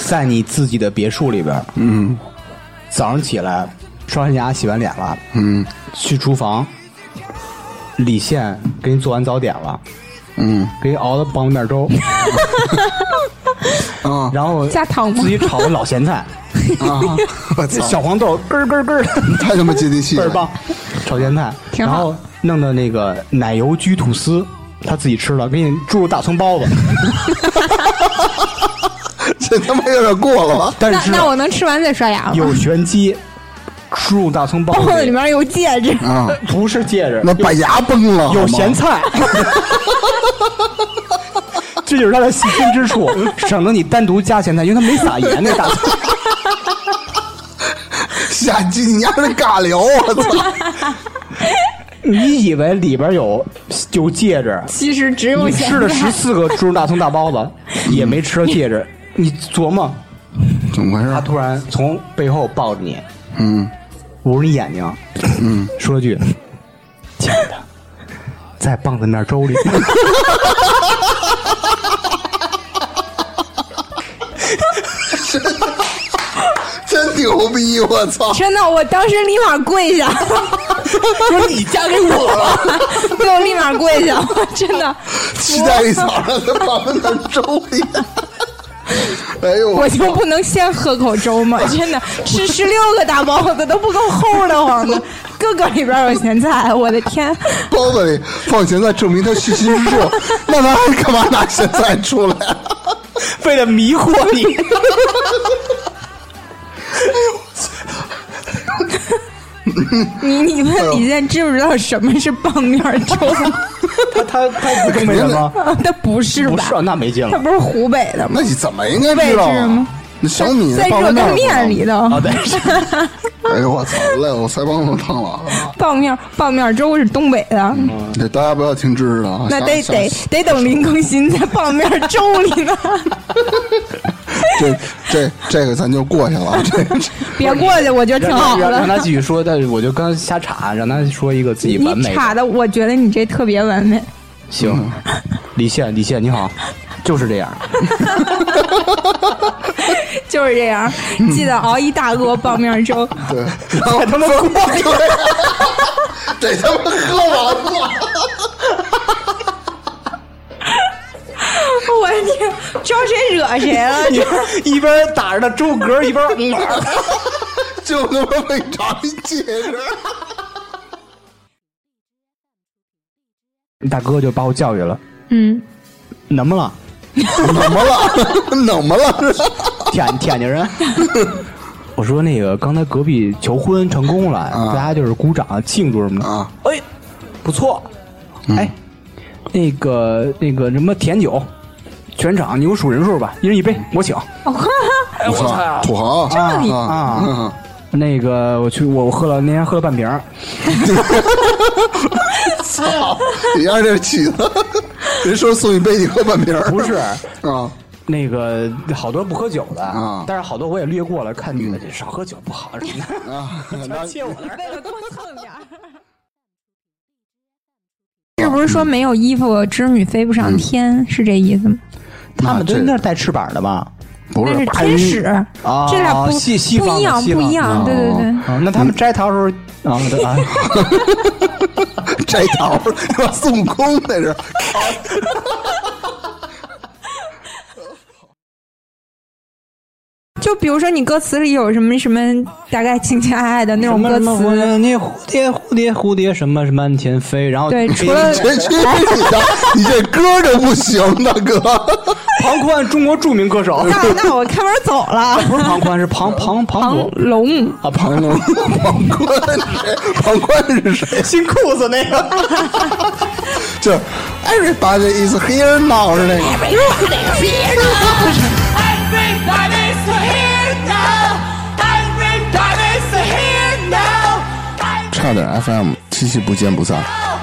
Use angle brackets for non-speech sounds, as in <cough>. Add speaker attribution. Speaker 1: 在你自己的别墅里边，嗯，早上起来刷完牙、洗完脸了，嗯，去厨房，李现给你做完早点了，嗯，给你熬的棒子面粥，
Speaker 2: <laughs> 啊
Speaker 1: 然后
Speaker 3: 加糖吗
Speaker 1: 自己炒个老咸菜，
Speaker 2: 啊！我操，
Speaker 1: 小黄豆咯儿咯儿咯儿的。
Speaker 2: 太他妈接地气
Speaker 1: 倍儿
Speaker 2: 了
Speaker 1: 棒，炒咸菜，
Speaker 3: 挺
Speaker 1: 然
Speaker 3: 好
Speaker 1: 后弄的那个奶油焗吐司，他自己吃了，给你注入大葱包子，
Speaker 2: <laughs> 这他妈有点过了吧？
Speaker 1: 但
Speaker 3: 那
Speaker 1: 是
Speaker 3: 那我能吃完再刷牙吗？
Speaker 1: 有玄机，注入大葱包
Speaker 3: 包子
Speaker 1: 子
Speaker 3: <laughs> 里面有戒指，
Speaker 2: 啊，
Speaker 1: 不是戒指，
Speaker 2: 那把牙崩了，
Speaker 1: 有
Speaker 2: 好吗
Speaker 1: 咸 <laughs> 菜。这就是它的细心之处，省得你单独加咸菜，因为它没撒盐那大葱。
Speaker 2: <laughs> 下鸡，你丫的尬聊，
Speaker 3: <laughs>
Speaker 2: 我操！
Speaker 1: <laughs> 你以为里边有有戒指，
Speaker 3: 其实只有
Speaker 1: 你
Speaker 3: 咸
Speaker 1: 吃了十
Speaker 3: 菜。
Speaker 1: 四个猪肉大葱大包子，也没吃到戒指。你琢磨，
Speaker 2: 怎么回
Speaker 1: 他
Speaker 2: 事？
Speaker 1: 突然从背后抱着你，
Speaker 2: 嗯，
Speaker 1: 捂着你眼睛，嗯，说了句：“亲爱的，在棒子面粥里。”
Speaker 2: 真牛逼，我
Speaker 3: <laughs>
Speaker 2: 操！
Speaker 3: 真的，我当时立马跪下，
Speaker 1: <laughs> 说你嫁给我了，
Speaker 3: 对 <laughs> 我立马跪下，我真的，
Speaker 2: 期待一早上在旁边的粥里。 <laughs> 哎呦，
Speaker 3: 我就不能先喝口粥
Speaker 1: <laughs>
Speaker 3: 吗？真的，吃十六个大包子都不够齁的
Speaker 1: <laughs>
Speaker 3: 慌的，个个里边有咸菜，我的天！
Speaker 2: 包子里放咸菜，证明他细心
Speaker 3: <laughs>
Speaker 2: 之处。那他还干嘛拿咸菜出来？
Speaker 1: <laughs>
Speaker 2: 啊
Speaker 1: 为了迷惑你。
Speaker 3: 你你问李健知不知道什么是棒面粥？
Speaker 1: <laughs>
Speaker 3: <laughs>
Speaker 1: 他他他不东北人吗？
Speaker 3: 他不是
Speaker 1: 不
Speaker 3: 吧
Speaker 1: 是，？那没劲
Speaker 3: 他
Speaker 1: 了。
Speaker 3: 不是湖北的吗？
Speaker 2: 那你怎么应该知道
Speaker 3: 位置
Speaker 2: 啊
Speaker 3: 吗？
Speaker 2: 那小米
Speaker 3: 在
Speaker 2: 棒
Speaker 3: 热
Speaker 2: 子
Speaker 3: 干
Speaker 2: 面
Speaker 3: 面里。头，
Speaker 1: 啊，对，
Speaker 3: <laughs>
Speaker 2: 哎呦我操！累，我腮帮子烫了。
Speaker 3: 棒面棒面粥是东北的，
Speaker 1: 嗯
Speaker 2: 这大家不要听知识的啊！
Speaker 3: 嗯那
Speaker 2: 下
Speaker 3: 得
Speaker 2: 下
Speaker 3: 得得等林更新在棒面粥
Speaker 1: <laughs>
Speaker 3: 里呢，
Speaker 2: 这这这个咱就过去了啊。这这
Speaker 3: 别过去，我觉得挺好
Speaker 1: 让让
Speaker 3: 的。
Speaker 1: 他继续说，但是我就刚才瞎插，让他说一个自己完
Speaker 3: 你
Speaker 1: 美
Speaker 3: 插
Speaker 1: 的。
Speaker 3: 的，我觉得你这特别完美。
Speaker 1: 行，李现，李现你好，就是这样。
Speaker 3: 就是这
Speaker 1: <laughs>
Speaker 3: 样，记得熬一大鹅棒面粥。 <laughs>
Speaker 2: 对，
Speaker 1: 还 <laughs> 他妈
Speaker 2: 得他妈喝完了。
Speaker 3: 我的天，招谁惹谁了？ <laughs>
Speaker 1: 一边打着他周嗝，一边
Speaker 2: 就他妈为长一戒指。
Speaker 1: 大哥就把我教育了，
Speaker 3: 嗯，
Speaker 1: 能不了，
Speaker 2: 怎么了？怎么了？
Speaker 1: 舔舔着
Speaker 3: <laughs>
Speaker 1: 人。我说那个刚才隔壁求婚成功了，大家就是鼓掌庆祝什么的。
Speaker 2: 啊，
Speaker 1: 哎，不错，哎，那个那个什么甜酒，全场你给我数人数吧，一人一杯，我请。哎，我
Speaker 2: 操，土
Speaker 1: 操！
Speaker 2: 豪
Speaker 1: 这里
Speaker 2: 啊
Speaker 1: 啊！
Speaker 2: 嗯
Speaker 1: 那个我去，我我喝了那天喝了半瓶儿，
Speaker 2: 操，你丫这起子，人说送一杯，你喝半瓶儿
Speaker 1: 不是。
Speaker 2: 啊？
Speaker 1: 那个好多不喝酒的，
Speaker 2: 啊
Speaker 1: 但是好多我也略过了。看女的这少喝酒不好什么的，
Speaker 2: 啊
Speaker 1: 全切我那儿。
Speaker 3: 为了多蹭点儿。是不是说没有衣服织女飞不
Speaker 1: 嗯
Speaker 3: 上天、是这意思吗？
Speaker 1: 他们都
Speaker 2: 那这
Speaker 1: 应该是带翅膀的吧？
Speaker 2: 不
Speaker 3: 那
Speaker 2: 是
Speaker 3: 是天使，
Speaker 1: 啊
Speaker 3: 这俩不
Speaker 1: 西西方的
Speaker 3: 不一样，
Speaker 1: 西
Speaker 3: 不
Speaker 1: 方的
Speaker 3: 一样。对对对，
Speaker 1: 啊，那他们摘桃的时候啊，对啊，
Speaker 2: 摘桃儿，他妈孙悟空那是。
Speaker 3: 就比如说你歌词里有什么什么大概情情爱爱的那种歌
Speaker 1: 什么
Speaker 3: 词，
Speaker 1: 你蝴蝶蝴蝶蝴蝶什么什么满天飞，然后
Speaker 3: 对
Speaker 1: 飞
Speaker 3: 除了
Speaker 2: 这去你的！你这歌就不行，大哥。
Speaker 1: 庞宽，中国著名歌手，
Speaker 3: 那那我开门走了。
Speaker 1: <laughs> 不是庞宽，是庞庞庞
Speaker 3: 庞
Speaker 1: 博
Speaker 3: 龙，
Speaker 1: 啊，庞
Speaker 2: <laughs> 庞宽是谁？庞宽是谁？
Speaker 1: 新裤子那个。
Speaker 2: 就是 Everybody is here now 是那个。
Speaker 4: Everybody's here now. Everybody's here now.
Speaker 2: 差点 FM，七夕不见不散。
Speaker 4: Oh,